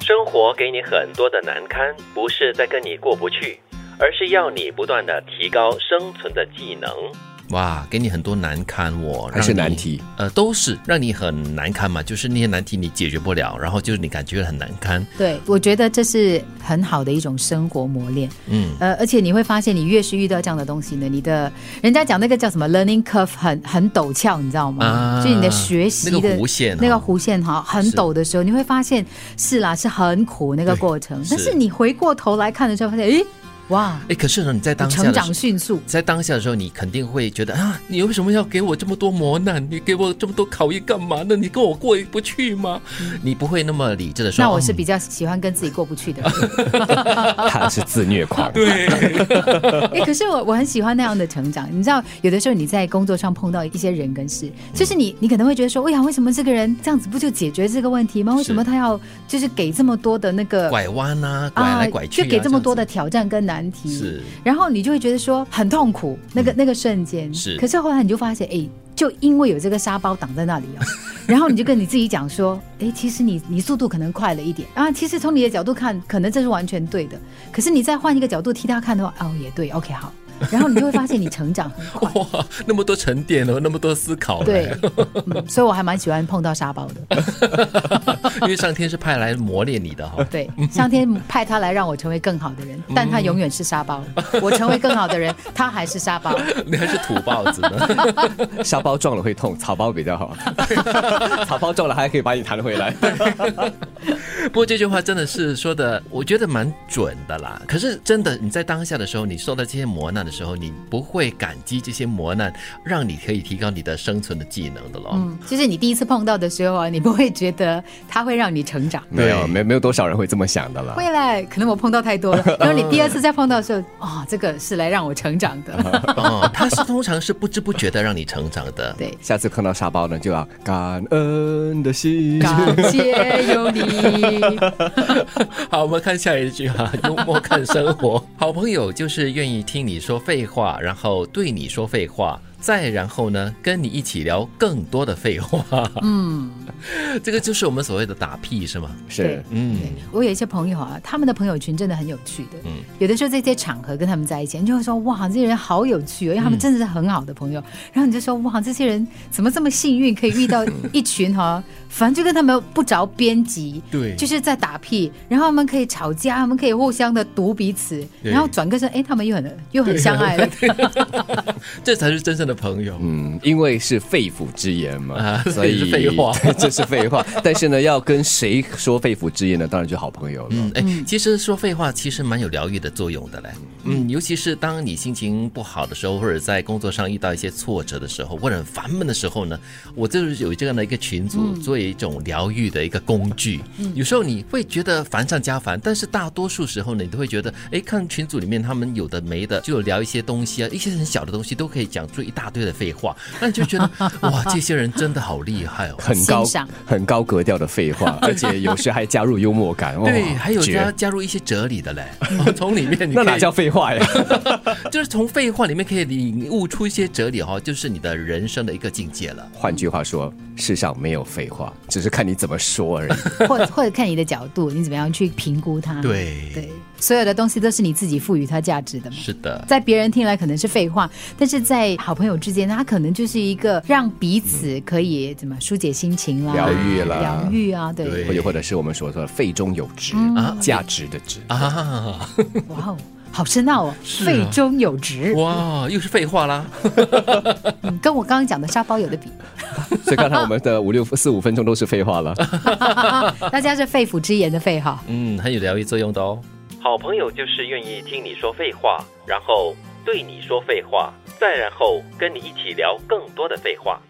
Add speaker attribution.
Speaker 1: 生活给你很多的难堪，不是在跟你过不去，而是要你不断的提高生存的技能。
Speaker 2: 哇，给你很多难堪哦，
Speaker 3: 还是
Speaker 2: 让你
Speaker 3: 难题，
Speaker 2: 呃，都是让你很难堪嘛，就是那些难题你解决不了，然后就是你感觉很难堪，
Speaker 4: 对，我觉得这是很好的一种生活磨练。
Speaker 2: 嗯，
Speaker 4: 呃，而且你会发现，你越是遇到这样的东西呢，你的人家讲那个叫什么 learning curve 很很陡峭，你知道吗？
Speaker 2: 啊
Speaker 4: 就你的学习的
Speaker 2: 那个弧线哦
Speaker 4: 那个弧线哈很
Speaker 2: 是
Speaker 4: 陡的时候，你会发现是啦，是很苦那个过程。但
Speaker 2: 是
Speaker 4: 是你回过头来看的时候，发现诶，哇，
Speaker 2: 哎，可是呢，你在当下
Speaker 4: 成
Speaker 2: 的时候
Speaker 4: 长迅速。
Speaker 2: 在当下的时候，你肯定会觉得啊，你为什么要给我这么多磨难？你给我这么多考验干嘛呢？你跟我过意不去吗？你不会那么理智的说。
Speaker 4: 嗯那我是
Speaker 2: 嗯
Speaker 4: 比较喜欢跟自己过不去的人。
Speaker 3: 他是自虐狂。
Speaker 4: 哎、可是我我很喜欢那样的成长。你知道，有的时候你在工作上碰到一些人跟事，就是你你可能会觉得说，哎呀，为什么这个人这样子不就解决这个问题吗？为什么他要就是给这么多的那个
Speaker 2: 拐弯啊，拐
Speaker 4: 啊
Speaker 2: 来拐去、啊
Speaker 4: 就给这么多的
Speaker 2: 样
Speaker 4: 挑战跟难题？
Speaker 2: 子。是
Speaker 4: 然后你就会觉得说很痛苦，那个、那个瞬间
Speaker 2: 是
Speaker 4: 可是后来你就发现，哎，就因为有这个沙包挡在那里哦，然后你就跟你自己讲说，哎，其实你你速度可能快了一点啊，其实从你的角度看，可能这是完全对的。可是你再换一个角度替他看的话，哦，也对，OK，好。然后你就会发现你成长很 快，
Speaker 2: 哇，那么多沉淀哦，那么多思考。
Speaker 4: 对，，嗯，所以我还蛮喜欢碰到沙包的。
Speaker 2: 因为上天是派来磨练你的哈、
Speaker 4: 对，上天派他来让我成为更好的人，但他永远是沙包。我成为更好的人，他还是沙包。
Speaker 2: 你还是土包子呢。
Speaker 3: 沙包撞了会痛，草包比较 好。草包撞了还可以把你弹回来。
Speaker 2: 不过这句话真的是说的，我觉得蛮准的啦。可是真的，你在当下的时候，你受到这些磨难的时候，你不会感激这些磨难，让你可以提高你的生存的技能的咯。
Speaker 4: 嗯，就是你第一次碰到的时候啊，你不会觉得它会让你成长。
Speaker 3: 没有，没没有多少人会这么想的啦。
Speaker 4: 会嘞，可能我碰到太多了。 然后你第二次再碰到的时候，哦，这个是来让我成长 的。
Speaker 2: 哦，它是通常是不知不觉的让你成长的。
Speaker 4: 对，
Speaker 3: 下次看到沙包呢，就要感恩的心。
Speaker 4: 感谢有 你。
Speaker 2: 好，我们看下一句哈、啊 幽默看生活。好朋友就是愿意听你说废话，然后对你说废话，再然后呢，跟你一起聊更多的废话。嗯， 这个就是我们所谓的打屁是吗？
Speaker 3: 是，
Speaker 2: 嗯，
Speaker 4: 对我有一些朋友啊，他们的朋友圈真的很有趣的。有的时候在这些场合跟他们在一起，你就会说哇，这些人好有趣、哦，因为他们真的是很好的朋友。然后你就说哇，这些人怎么这么幸运，可以遇到一群哈、反正就跟他们不着边际，
Speaker 2: 对
Speaker 4: 就是在打屁，然后他们可以吵架，他们可以互相的毒彼此，
Speaker 2: 对
Speaker 4: 然后转个身，哎，他们又很又很相爱了。
Speaker 2: 这才是真正的朋友。
Speaker 3: 嗯，因为是肺腑之言嘛
Speaker 2: 啊，所
Speaker 3: 所以
Speaker 2: 以是废话
Speaker 3: 对这是废话。但是呢，要跟谁说肺腑之言呢？当然就好朋友了。
Speaker 2: 嗯，哎，其实说废话其实蛮有疗愈的作用的嘞。嗯，尤其是当你心情不好的时候，或者在工作上遇到一些挫折的时候，或者很烦闷的时候呢，我就是有这样的一个群组，作为一种疗愈的一个工具。有时候你会觉得烦上加烦，但是大多数时候呢，你都会觉得，哎，看群组里面他们有的没的，就有聊一些东西啊，一些很小的东西都可以讲出一大堆的废话，那你就 觉得，哇，这些人真的好厉害哦。
Speaker 3: 很高
Speaker 4: 欣赏
Speaker 3: 很高格调的 废话，而且有时还加入幽默感。哇
Speaker 2: 对，哦还有加
Speaker 3: 绝
Speaker 2: 加入一些哲理的嘞，哦 从里面你
Speaker 3: 那
Speaker 2: 可
Speaker 3: 哪
Speaker 2: 以
Speaker 3: 叫废话呀？
Speaker 2: 就是从废话里面可以领悟出一些哲理哈，就是你的人生的一个境界了。
Speaker 3: 换句话说，世上没有废话，只是看你怎么说而已。
Speaker 4: 或或者看你的角度，你怎么样去评估它？
Speaker 2: 对
Speaker 4: 嗯对，所有的东西都是你自己赋予它价值的嘛。
Speaker 2: 是的，
Speaker 4: 在别人听来可能是废话，但是在好朋友之间，它可能就是一个让彼
Speaker 2: 嗯
Speaker 4: 此可以怎么疏解心情啦、
Speaker 3: 疗愈啦
Speaker 4: 疗愈啊，对，
Speaker 2: 对
Speaker 3: 或者或者是我们所说的肺中有值，价值的值。
Speaker 2: 啊，
Speaker 4: 哇哦。好深奥哦，
Speaker 2: 啊
Speaker 4: 肺中有值，
Speaker 2: 哇，又是废话啦。
Speaker 4: 嗯跟我刚刚讲的沙包有的比。
Speaker 3: 所以刚才我们的五六四五分钟都是废话了。
Speaker 4: 大家是肺腑之言的肺哈，
Speaker 2: 嗯，很有疗愈作用的哦。
Speaker 1: 好朋友就是愿意听你说废话，然后对你说废话，再然后跟你一起聊更多的废话。